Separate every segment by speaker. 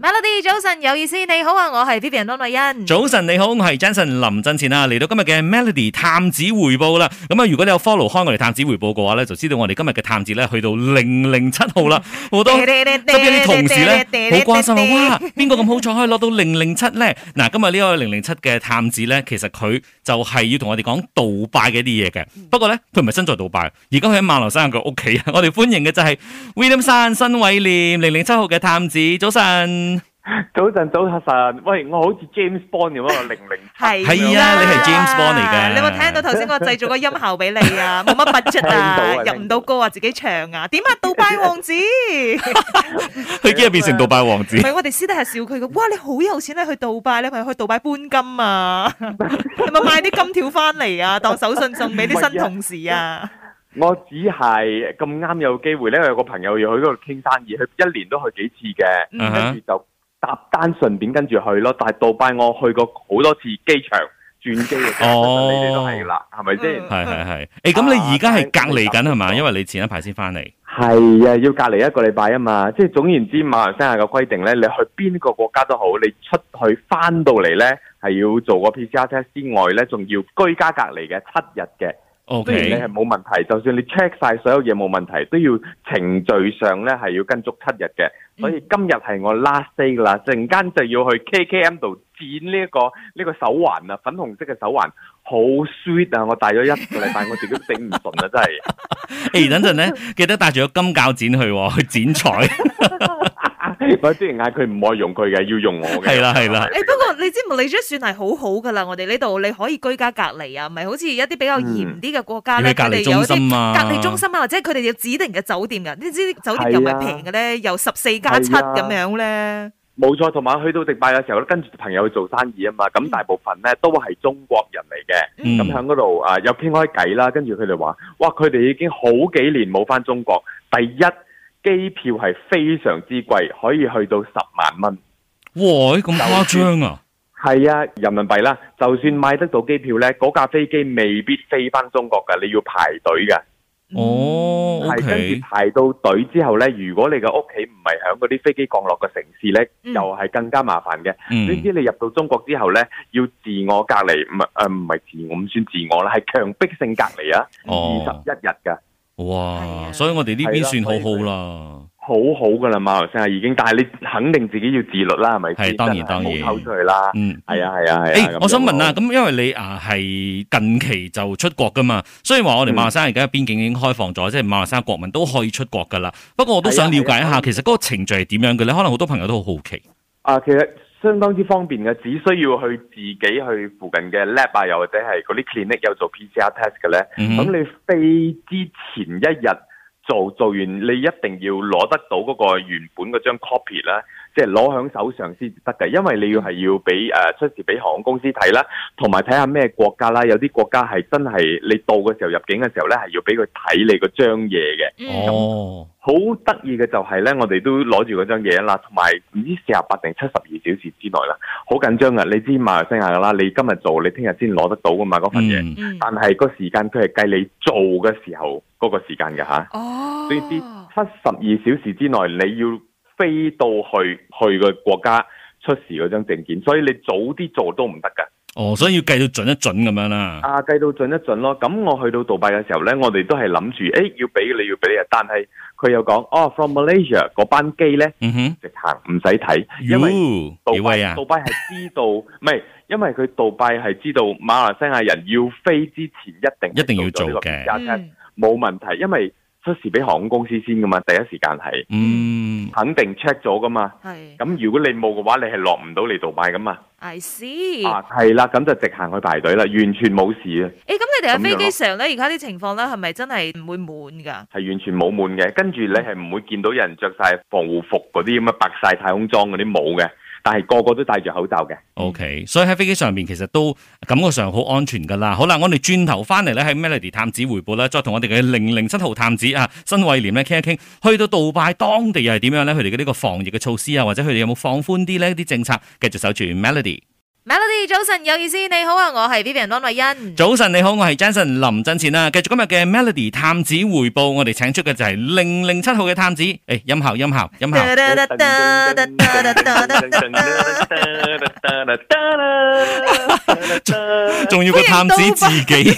Speaker 1: Melody 早晨有意思，你好啊，我係 Vivian 安麗欣。
Speaker 2: 早晨，你好，我係 Jason 林振前啊，嚟到今日嘅 Melody 探子回報啦。咁啊，如果你有 follow 開我哋探子回報嘅話咧，就知道我哋今日嘅探子咧去到零零七號啦，
Speaker 1: 嗯
Speaker 2: 好多。側邊啲同事咧好關心啊！哇，邊個咁好彩可以攞到零零七咧？嗱，今日呢個零零七嘅探子咧，其實佢就係要同我哋講杜拜嘅一啲嘢嘅。
Speaker 1: 嗯
Speaker 2: 不過咧，佢唔係身在杜拜，而家佢喺馬來西亞個屋企啊！我哋歡迎嘅就 係 William 山新偉廉零零七號嘅探子，早晨。
Speaker 3: 早晨，早晨，喂，我好似 James Bond 咁啊，零 零
Speaker 1: 係
Speaker 2: 係啊你係 James Bond 嚟嘅
Speaker 1: 你有冇聽到頭先我製造個音效俾你 啊？冇乜
Speaker 3: 聽
Speaker 1: budget 啊，
Speaker 3: 到啊
Speaker 1: 入唔到歌啊，自己唱啊？點啊？杜 拜王子，唔
Speaker 2: 佢今日變成杜拜王子。
Speaker 1: 係我哋私底下笑佢嘅。哇，你好有錢咧，啊去杜拜咧，咪去杜拜搬金啊？ 係咪買啲金條翻嚟啊？當手信送俾啲新同事 啊？
Speaker 3: 我只係咁啱有機會咧，因為有個朋友要去嗰度傾生意，佢一年都去幾次嘅，
Speaker 1: 嗯
Speaker 2: 啊哈
Speaker 3: 跟住就搭單順便跟住去咯。但係杜拜我去過好多次機場轉機嘅，
Speaker 2: 哦
Speaker 3: 你哋都係啦，係咪先？
Speaker 1: 嗯
Speaker 2: 係係係，誒咁你而家係隔離緊係
Speaker 1: 啊
Speaker 2: 嘛？因為你前一排先翻嚟。
Speaker 3: 係啊，要隔離一個禮拜啊嘛。即係總言之，馬來西亞嘅規定咧，你去邊個國家都好，你出去翻到嚟咧係要做個 PCR test 之外咧，仲要居家隔離嘅七日嘅。
Speaker 1: 哦
Speaker 2: O
Speaker 3: 雖然你
Speaker 2: K，
Speaker 3: 係冇問題，就算你 check 晒所有嘢冇問題，都要程序上咧係要跟足七日嘅。
Speaker 2: 嗯
Speaker 3: 所以今日係我 last day 㗎啦，陣間就要去 KKM 度剪呢、一個呢、個手環啊，粉紅色嘅手環，好 sweet 啊！我戴咗一個禮拜，我自己都頂唔順啊，真 係。
Speaker 2: 誒等陣咧，記得帶住個金鉸剪去喎去剪 彩。
Speaker 3: 啊我之前嗌佢唔可以用佢嘅，要用我嘅。
Speaker 2: 係啦係啦
Speaker 1: 誒、不過你知唔你都算係好好噶啦，我哋呢度你可以居家隔離啊，唔係好似一啲比較嚴啲嘅國家
Speaker 2: 要嗯
Speaker 1: 咧，
Speaker 2: 去隔
Speaker 1: 佢
Speaker 2: 離
Speaker 1: 哋有
Speaker 2: 中
Speaker 1: 啲
Speaker 2: 心啊，
Speaker 1: 隔離中心啊，或者佢哋有指定嘅酒店㗎，你知酒店又唔係平嘅咧，又十四加七
Speaker 3: 係啊
Speaker 1: 咁樣咧，
Speaker 3: 冇錯，同埋去到迪拜嘅時候咧，跟住朋友去做生意啊嘛，咁大部分咧都係中國人嚟嘅。
Speaker 2: 嗯，
Speaker 3: 咁喺嗰度啊，有傾開偈啦，跟住佢哋話：，哇！佢哋已經好幾年冇翻中國。第一，機票係非常之貴，可以去到十萬蚊。
Speaker 2: 哇咁誇張啊！
Speaker 3: 係啊，人民幣啦，就算買得到機票呢，嗰架飛機未必飛翻中國㗎，你要排隊㗎。
Speaker 1: 嗯
Speaker 2: 哦
Speaker 3: 係跟
Speaker 2: ，OK，
Speaker 3: 住排到隊之後呢，如果你嘅屋企唔係喺嗰啲飛機降落嘅城市呢，
Speaker 1: 嗯
Speaker 3: 又係更加麻煩嘅。呢
Speaker 2: 嗯，
Speaker 3: 啲你入到中國之後呢，要自我隔離，唔係誒唔係自我，唔算自我啦，係強迫性隔離啊，二
Speaker 2: 哦，
Speaker 3: 十一日㗎。
Speaker 1: 係啊
Speaker 2: 哇，所以我哋呢邊算好好啦。
Speaker 3: 好好噶啦，馬來西亞已經，但係你肯定自己要自律啦，係咪先？
Speaker 2: 係當然
Speaker 3: 真係
Speaker 2: 當然
Speaker 3: 冇偷出去啦，
Speaker 2: 嗯，
Speaker 3: 係啊係啊係啊。咁
Speaker 2: 誒
Speaker 3: 樣，
Speaker 2: 我想問啊，，咁因為你啊係近期就出國噶嘛，雖然話我哋馬來西亞而家邊境已經開放咗，即係馬來西亞國民都可以出國噶啦。不過我都想了解一
Speaker 3: 係啊係
Speaker 2: 下，
Speaker 3: 啊
Speaker 2: 其實嗰個程序係點樣嘅咧？可能好多朋友都好好奇。
Speaker 3: 啊其實相當之方便嘅，只需要去自己去附近嘅 lab 啊，又或者係嗰啲 clinic 有做 PCR test 嘅咧。
Speaker 2: 嗯
Speaker 3: 咁
Speaker 2: 哼
Speaker 3: 你飛之前一日做做完，你一定要攞得到嗰個原本嗰張 copy 啦，即係攞響手上先至得嘅，因為你要係要俾誒、呃出示俾航空公司睇啦，同埋睇下咩國家啦，有啲國家係真係你到嘅時候入境嘅時候咧，係要俾佢睇你嗰張嘢嘅。
Speaker 1: 嗯，
Speaker 2: 哦。
Speaker 3: 好得意嘅就係咧，我哋都攞住嗰張嘢啦，同埋唔知四十八定七十二小時之內啦，好緊張噶。你知馬來西亞噶啦，你今日做，你聽日先攞得到噶嘛嗰份嘢。
Speaker 2: 嗯
Speaker 1: 嗯，
Speaker 3: 但係個時間佢係計你做嘅時候嗰個時間嘅吓，
Speaker 1: 哦
Speaker 3: 所以啲七十二小時之內你要飛到去去個國家出示嗰張證件，所以你早啲做都唔得㗎。
Speaker 2: 哦，所以要計到準一準咁樣啦。
Speaker 3: 啊，計到盡一盡咯。咁我去到杜拜嘅時候呢，我哋都係諗住，誒、要俾你要俾你啊，但係佢又講，哦，from Malaysia 嗰班機呢，
Speaker 2: 嗯哼，
Speaker 3: 直行唔使睇，因為。
Speaker 2: 喲，幾
Speaker 3: 杜
Speaker 2: 位啊
Speaker 3: 拜，？杜拜係知道，唔係，因為佢杜拜係知道馬來西亞人要飛之前一定
Speaker 2: 一定要做
Speaker 3: 呢個
Speaker 2: 嘅
Speaker 3: PCR test
Speaker 1: 嗯
Speaker 3: 冇問題，因為出事俾航空公司先噶嘛，第一時間係
Speaker 2: 嗯，
Speaker 3: 肯定 check 咗噶嘛。
Speaker 1: 係
Speaker 3: 咁如果你冇嘅話，你係落唔到嚟杜拜噶嘛。
Speaker 1: ，I see。
Speaker 3: 啊，係啦，咁就直行去排隊啦，完全冇事啊，
Speaker 1: 誒，咁你哋喺
Speaker 3: 咁樣
Speaker 1: 飛機
Speaker 3: 咯
Speaker 1: 上咧，而家啲情況咧，係咪真係唔會滿㗎？
Speaker 3: 係完全冇悶嘅。跟住你係唔會見到有人着晒防護服嗰啲咁嘅白晒太空裝嗰啲冇嘅，但係個個都戴住口罩嘅。
Speaker 2: O、k 所以喺飛機上面其實都感覺上好安全㗎啦。好啦，我哋轉頭翻嚟咧喺 Melody 探子回報啦，再同我哋嘅零零七號探子啊新慧廉咧傾一傾，去到杜拜當地又係點樣咧？佢哋嘅呢個防疫嘅措施啊，或者佢哋有冇放寬啲呢啲政策？繼續守住 Melody。
Speaker 1: Melody 早晨有意思，你好啊，我係 Vivian 安慧欣。
Speaker 2: 早晨你好，我係 Jason 林振前啊啦。繼續今日嘅 Melody 探子回報，我哋請出嘅就係零零七號嘅探子。誒、音效音效音效。
Speaker 1: 呃
Speaker 2: 仲要個探子自己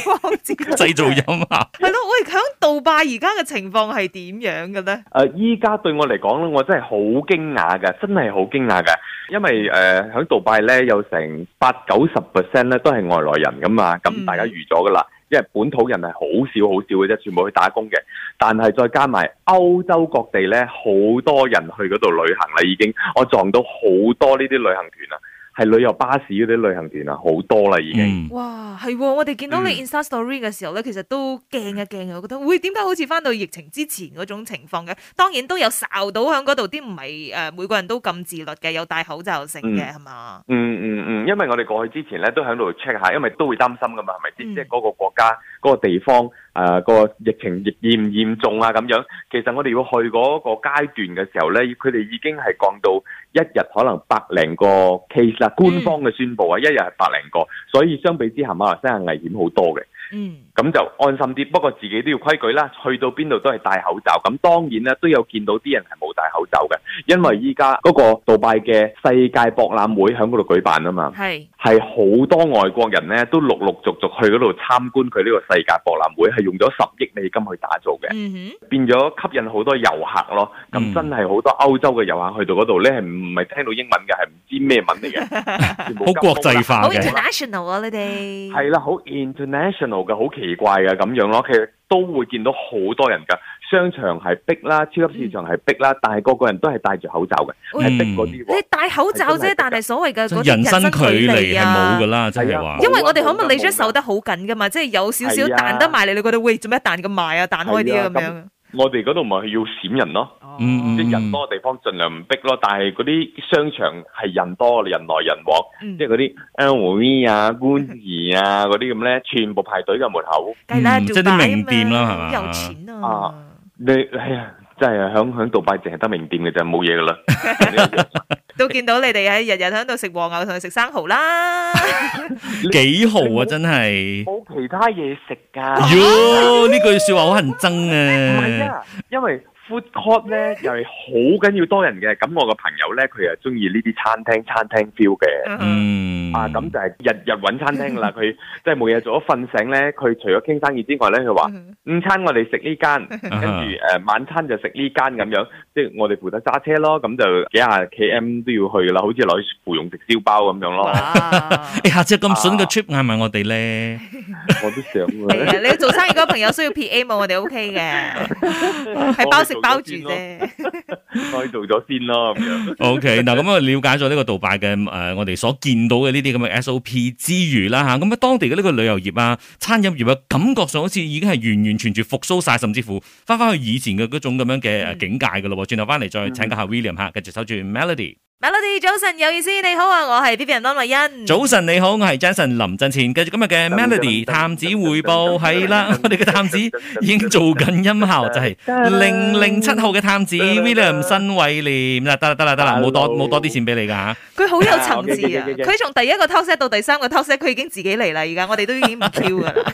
Speaker 2: 製造音效。
Speaker 1: 係咯，喂，響杜拜而家嘅情況係點樣 嘅咧？
Speaker 3: 誒，呃依家對我嚟講咧，我真係好驚訝嘅，真係好驚訝嘅，因為誒喺、杜拜咧有成八九十 percent 咧都係外來人噶嘛，
Speaker 1: 嗯
Speaker 3: 咁大家預咗噶啦，因為本土人係好少好少嘅啫，全部去打工嘅，但係再加埋歐洲各地咧好多人去嗰度旅行啦，已經我撞到好多呢啲旅行團啊，係旅遊巴士嗰啲旅行團啊，好多啦已經。
Speaker 2: 嗯，
Speaker 1: 哇，係喎！我哋見到你 Insta Story 嘅時候咧，其實都驚一驚嘅，我覺得會點解好似翻到疫情之前嗰種情況嘅？當然都有哨到喺嗰度啲唔係誒每個人都咁自律嘅，有戴口罩性嘅係嘛？
Speaker 3: 嗯嗯嗯，因為我哋過去之前咧都喺度 check 下，因為都會擔心噶嘛，係咪先？
Speaker 1: 嗯
Speaker 3: 即係嗰個國家、嗰、個地方、誒、個疫情疫嚴唔嚴重啊咁樣。其實我哋要去嗰個階段嘅時候咧，佢哋已經係降到一日可能百零個 case 啦，官方嘅宣佈啊，一日係百零個，所以相比之下，馬來西亞危險好多嘅。
Speaker 1: 嗯，
Speaker 3: 咁就安心啲。不過自己都要規矩啦，去到邊度都係戴口罩。咁當然啦，都有見到啲人係冇戴口罩嘅，因為依家嗰個杜拜嘅世界博覽會喺嗰度舉辦啊嘛。
Speaker 1: 係
Speaker 3: 係好多外國人咧，都陸陸續續去嗰度參觀佢呢個世界博覽會，係用咗十億美金去打造嘅，
Speaker 1: 嗯
Speaker 3: 變咗吸引好多遊客咯。
Speaker 2: 嗯
Speaker 3: 咁真係好多歐洲嘅遊客去到嗰度咧，係唔係聽到英文嘅，係唔知咩文嚟嘅，全部
Speaker 2: 好
Speaker 3: 急功
Speaker 2: 國
Speaker 3: 啦
Speaker 2: 際
Speaker 1: 哼，
Speaker 2: 化
Speaker 1: 好
Speaker 2: 嘅。
Speaker 1: international 啊！你哋
Speaker 3: 係啦，好 international 嘅，好奇怪嘅咁樣咯。其實都會見到好多人㗎，商場係逼啦，超級市場係逼啦，但係個個人都係戴住口罩嘅，
Speaker 1: 喂
Speaker 3: 係逼嗰
Speaker 2: 嗯
Speaker 3: 啲
Speaker 1: 你
Speaker 3: 喎。
Speaker 1: 戴口罩啫，但係所謂嘅嗰啲
Speaker 2: 人生距離
Speaker 1: 離
Speaker 2: 係冇噶啦，即係
Speaker 3: 係
Speaker 2: 話
Speaker 3: 啊
Speaker 1: 因為我哋可唔可以你將手得好緊噶嘛，即係有少少
Speaker 3: 係啊
Speaker 1: 彈得埋你，你覺得喂做咩彈咁埋啊？彈開啲
Speaker 3: 係
Speaker 1: 啊
Speaker 3: 啊
Speaker 1: 咁樣。哦
Speaker 3: 我哋嗰度咪要閃人咯。
Speaker 2: 嗯
Speaker 3: 即係人多嘅地方盡量唔逼咯，但係嗰啲商場係人多，人來人往，
Speaker 1: 嗯
Speaker 3: 即係嗰啲 LV 啊、官怡 啊嗰啲咁咧，全部排隊嘅門口。
Speaker 1: 梗係啦，
Speaker 2: 嗯
Speaker 1: 杜
Speaker 2: 即係啲
Speaker 1: 拜
Speaker 2: 名店啦
Speaker 1: 啊
Speaker 2: 係嘛
Speaker 1: 有錢啊
Speaker 3: 啊！你哎呀，真係響響杜拜淨係得名店嘅就冇嘢 噶啦。
Speaker 1: 都見到你哋喺日日喺度食和牛同埋食生蠔啦，
Speaker 2: 幾豪啊，真係。
Speaker 3: 冇其他嘢食㗎。
Speaker 2: 喲，呢句説話好人憎
Speaker 3: 唔係
Speaker 2: 啊！
Speaker 3: 啊，因為 food court 咧又係好緊要多人嘅。咁我個朋友咧，佢又中意呢啲餐廳餐廳 feel 嘅。
Speaker 2: 嗯，
Speaker 3: 啊，咁就係日日揾餐廳 㗎啦。佢即係冇嘢做，瞓醒咧，佢除咗傾生意之外咧，佢話。
Speaker 2: 嗯
Speaker 3: 午餐我哋食呢間， 跟住誒晚餐就食呢間咁樣，即係我哋負責揸車咯，咁就幾廿 km 都要去噶啦，好似落去芙蓉食燒包咁樣咯，
Speaker 1: 哇！啊
Speaker 2: 誒，哎下次有咁筍嘅 trip 嗌埋我哋咧，
Speaker 3: 我都想 啊。
Speaker 1: 係啊，你做生意嗰個朋友需要 P.A. 冇，我哋 O.K. 嘅，係包食包住啫。
Speaker 3: 我去做咗先咯，咁樣
Speaker 2: OK，嗱咁啊，了解咗呢個杜拜嘅誒、呃我哋所見到嘅呢啲咁嘅 SOP 之餘啦嚇，咁啊當地嘅呢個旅遊業啊、餐飲業啊，感覺上好似已經係完完全全復甦晒，甚至乎翻翻去以前嘅嗰種咁樣嘅
Speaker 1: 嗯
Speaker 2: 誒境界嘅咯喎。轉頭翻嚟再請教下 William 嚇，繼續守住 Melody。
Speaker 1: Melody 早晨有意思，你好啊，我係 B B 人温慧欣。
Speaker 2: 早晨你好，我係 Jason 林振前，繼續今日嘅 Melody 探子匯報係 啦，我哋嘅探子已經做緊音效，就係零零七號嘅探子 William 新偉廉嗱，得啦得啦得啦，冇多冇多啲錢俾你㗎嚇。
Speaker 1: 佢好有層次
Speaker 3: 啊
Speaker 1: 啊！
Speaker 3: ，OK，OK，OK，OK
Speaker 1: 佢從第一個 talk set 到第三個 talk set，佢已經自己嚟啦。而家我哋都已經唔 Q 噶啦，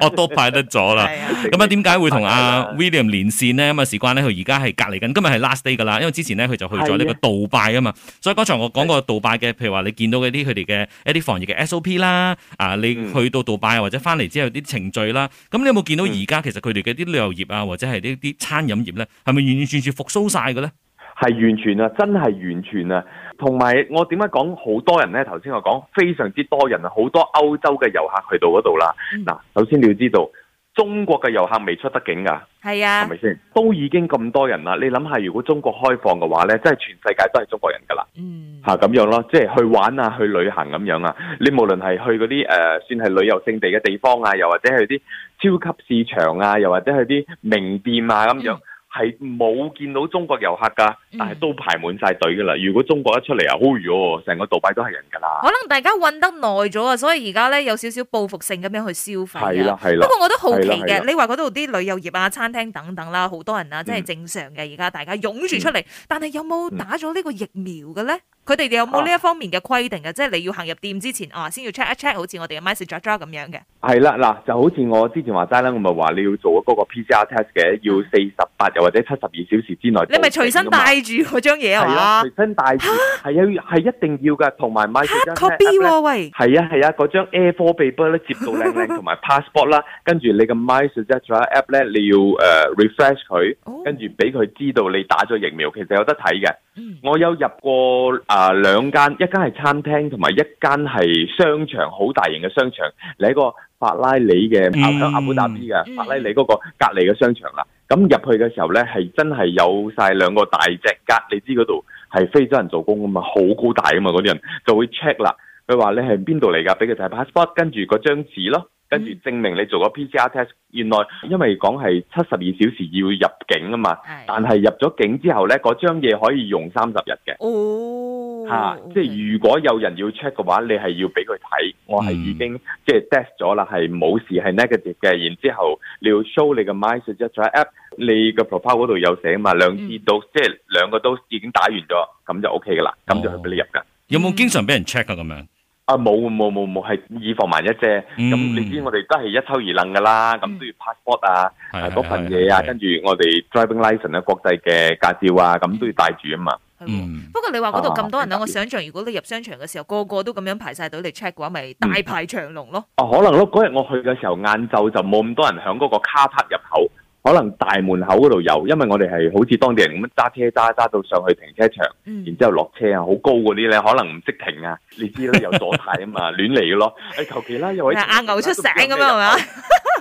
Speaker 2: 我都派得咗啦。
Speaker 1: 係啊，
Speaker 2: 咁啊，點解會同阿
Speaker 3: 係啊
Speaker 2: William 連線呢？咁啊，事關咧，佢而家係隔離緊，今日係 last day 噶啦，因為之前咧佢就去咗呢個
Speaker 3: 係啊
Speaker 2: 杜拜啊嘛，所以剛才我講過杜拜嘅，譬如話你見到嗰啲佢哋嘅一啲防疫嘅 SOP 啦，啊，你
Speaker 3: 嗯
Speaker 2: 去到杜拜啊或者翻嚟之後啲程序啦，咁你有冇見到而
Speaker 3: 嗯
Speaker 2: 家其實佢哋嘅啲旅遊業啊，或者係呢啲餐飲業咧，係咪完完全全復甦晒嘅咧？
Speaker 3: 係完全啊，真係完全啊。同埋我點解講好多人咧？頭先我講非常之多人啊，好多歐洲嘅遊客去到嗰度啦。
Speaker 2: 嗯
Speaker 3: 嗱，首先你要知道，中國嘅遊客未出得境㗎。
Speaker 1: 係啊
Speaker 3: 係，咪先？都已經咁多人啦，你諗下，如果中國開放嘅話呢，真係全世界都係中國人㗎啦，
Speaker 1: 嗯，
Speaker 3: 嚇咁樣咯，即係去玩啊，去旅行咁樣啊。你無論係去嗰啲誒呃算係旅遊勝地嘅地方啊，又或者去啲超級市場啊，又或者去啲名店啊咁
Speaker 1: 嗯
Speaker 3: 樣，係冇見到中國遊客㗎，但係都排滿晒隊㗎啦。如果中國一出嚟啊，哎呦，成個杜拜都係人㗎啦，
Speaker 1: 可能大家混得耐咗啊，所以而家咧有少少報復性咁樣去消費
Speaker 3: 係
Speaker 1: 啊
Speaker 3: 啦。係
Speaker 1: 不
Speaker 3: 啦，
Speaker 1: 過我都好奇
Speaker 3: 係啦係
Speaker 1: 嘅，
Speaker 3: 啦
Speaker 1: 你話嗰度啲旅遊業啊、餐廳等等
Speaker 3: 嗯
Speaker 1: 啦，好多人啊，真係正常嘅。而家大家湧住出嚟，但係有冇打咗呢個疫苗嘅咧？佢哋有冇呢一方面嘅規定嘅？即係你要行入店之前啊，先要 check 一 check，好似我哋嘅 My s e j a j a 咁樣嘅。
Speaker 3: 係啦，嗱，就好似我之前話齋啦，我咪話你要做嗰個 PCR test 嘅，要四十八又或者七十二小時之內。
Speaker 1: 嗯你咪隨身帶住嗰張嘢
Speaker 3: 哦係啦，
Speaker 1: 啊嘛
Speaker 3: 隨身帶住係啊，係一定要㗎，同埋買住張
Speaker 1: copy 喎喂，
Speaker 3: 啊係啊係啊，嗰張 A4 paper 咧，接到靚靚，同埋 passport 啦，跟住你嘅 My s u g g e s t i app 咧，你要誒、呃 refresh 佢，
Speaker 1: 哦
Speaker 3: 跟住俾佢知道你打咗疫苗，其實有得睇嘅。
Speaker 1: 嗯
Speaker 3: 我有入過啊、兩間，一間係餐廳，同埋一間係商場，好大型嘅商場，你喺個法拉利嘅
Speaker 2: 嗯
Speaker 3: 喺阿布達比嘅
Speaker 1: 嗯
Speaker 3: 法拉利嗰個隔離嘅商場啦。咁入去嘅時候咧，係真係有晒兩個大隻格，你知嗰度係非洲人做工噶嘛，好高大噶嘛，嗰啲人就會 check 啦。佢話你係邊度嚟㗎？俾佢睇 passport，跟住
Speaker 1: 嗯
Speaker 3: 嗰張紙咯，跟住證明你做個 PCR test。原來因為講係七十二小時要入境啊嘛，
Speaker 1: 嗯係
Speaker 3: 但係入咗境之後呢，嗰張嘢可以用三十日嘅。
Speaker 1: 哦，
Speaker 3: 啊嚇、即係如果有人要 check 嘅話，你係要俾佢睇，我
Speaker 2: 嗯
Speaker 3: 係已經、即係 test 咗啦，係冇事係 negative 嘅。然之後你要 show 你嘅 My s u g g e s t i app，你個 profile 嗰度有寫啊嘛，兩支
Speaker 1: 嗯
Speaker 3: dose，即係兩個 dose 已經打完咗，咁就 OK 噶啦，咁
Speaker 2: 哦
Speaker 3: 就去俾你入㗎。
Speaker 2: 有冇經常俾人 check 啊？咁樣
Speaker 3: 啊冇冇冇冇，係以防萬一啫。咁、
Speaker 2: 嗯
Speaker 3: 你知我哋都係一抽二楞噶啦，咁
Speaker 1: 嗯
Speaker 3: 都要 passport 啊，啊
Speaker 2: 係
Speaker 3: 嗰份嘢啊，跟住我哋 driving license 啊，國際嘅駕照啊，
Speaker 1: 嗯
Speaker 3: 咁都要帶住啊嘛。
Speaker 1: 係喎
Speaker 2: 嗯
Speaker 1: 不過你話嗰度咁多人啊，
Speaker 3: 啊
Speaker 1: 我想象如果你入商場嘅時候，個個都咁樣排晒隊嚟 check 嘅話，咪大
Speaker 3: 嗯
Speaker 1: 排長龍咯。
Speaker 3: 哦、可能咯，嗰日我去嘅時候，晏晝就冇咁多人響嗰個卡拍入口，可能大門口嗰度有，因為我哋係好似當地人咁樣揸車揸揸到上去停車場，
Speaker 1: 嗯
Speaker 3: 然之後落車啊，好高嗰啲咧，可能唔識停啊，你知啦，有左軚啊嘛， 亂嚟嘅咯，誒求其啦，又喺
Speaker 1: 阿啊牛出醒咁樣係嘛？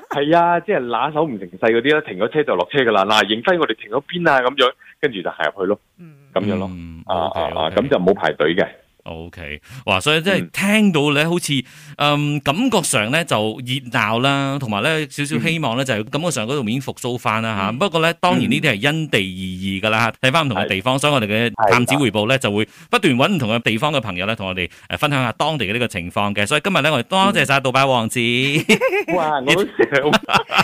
Speaker 3: 係啊，即係拿手唔成勢嗰啲咧，停咗車就落車噶啦。嗱，影低我哋停咗邊啊，咁樣，跟住就行入去咯，
Speaker 1: 嗯
Speaker 3: 咁樣咯。
Speaker 2: 嗯
Speaker 3: 啊啊啊，
Speaker 2: ，OK，OK
Speaker 3: 咁就冇排隊嘅。
Speaker 2: O K，哇！所以即係聽到咧，好似嗯感覺上咧就熱鬧啦，同埋咧少少希望咧就係感覺上嗰度已經復甦翻啦嚇。
Speaker 1: 嗯
Speaker 2: 不過咧，當然呢啲係因地而異噶啦，睇翻唔同嘅地方，所以我哋嘅
Speaker 3: 係
Speaker 2: 探子回報咧就會不斷揾唔同嘅地方嘅朋友咧，同我哋誒分享下當地嘅呢個情況嘅。所以今日咧，我哋多謝晒杜拜王子，係
Speaker 3: 哇，我都想，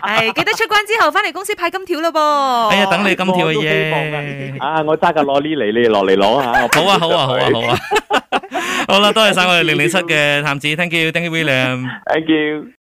Speaker 1: 係記得出關之後翻嚟公司派金條咯噃。
Speaker 2: 哎呀 等你咁跳
Speaker 3: 我
Speaker 2: 嘅
Speaker 3: 都希望
Speaker 2: 耶
Speaker 3: 㗎啊，我揸架攞呢嚟，你哋落嚟攞下。
Speaker 2: 好
Speaker 3: 我
Speaker 2: 啊，好啊，好啊，
Speaker 3: 幫你
Speaker 2: 好 啊，好啦，多謝晒我哋零零七嘅探子，thank you，thank you，William。
Speaker 3: ，thank you。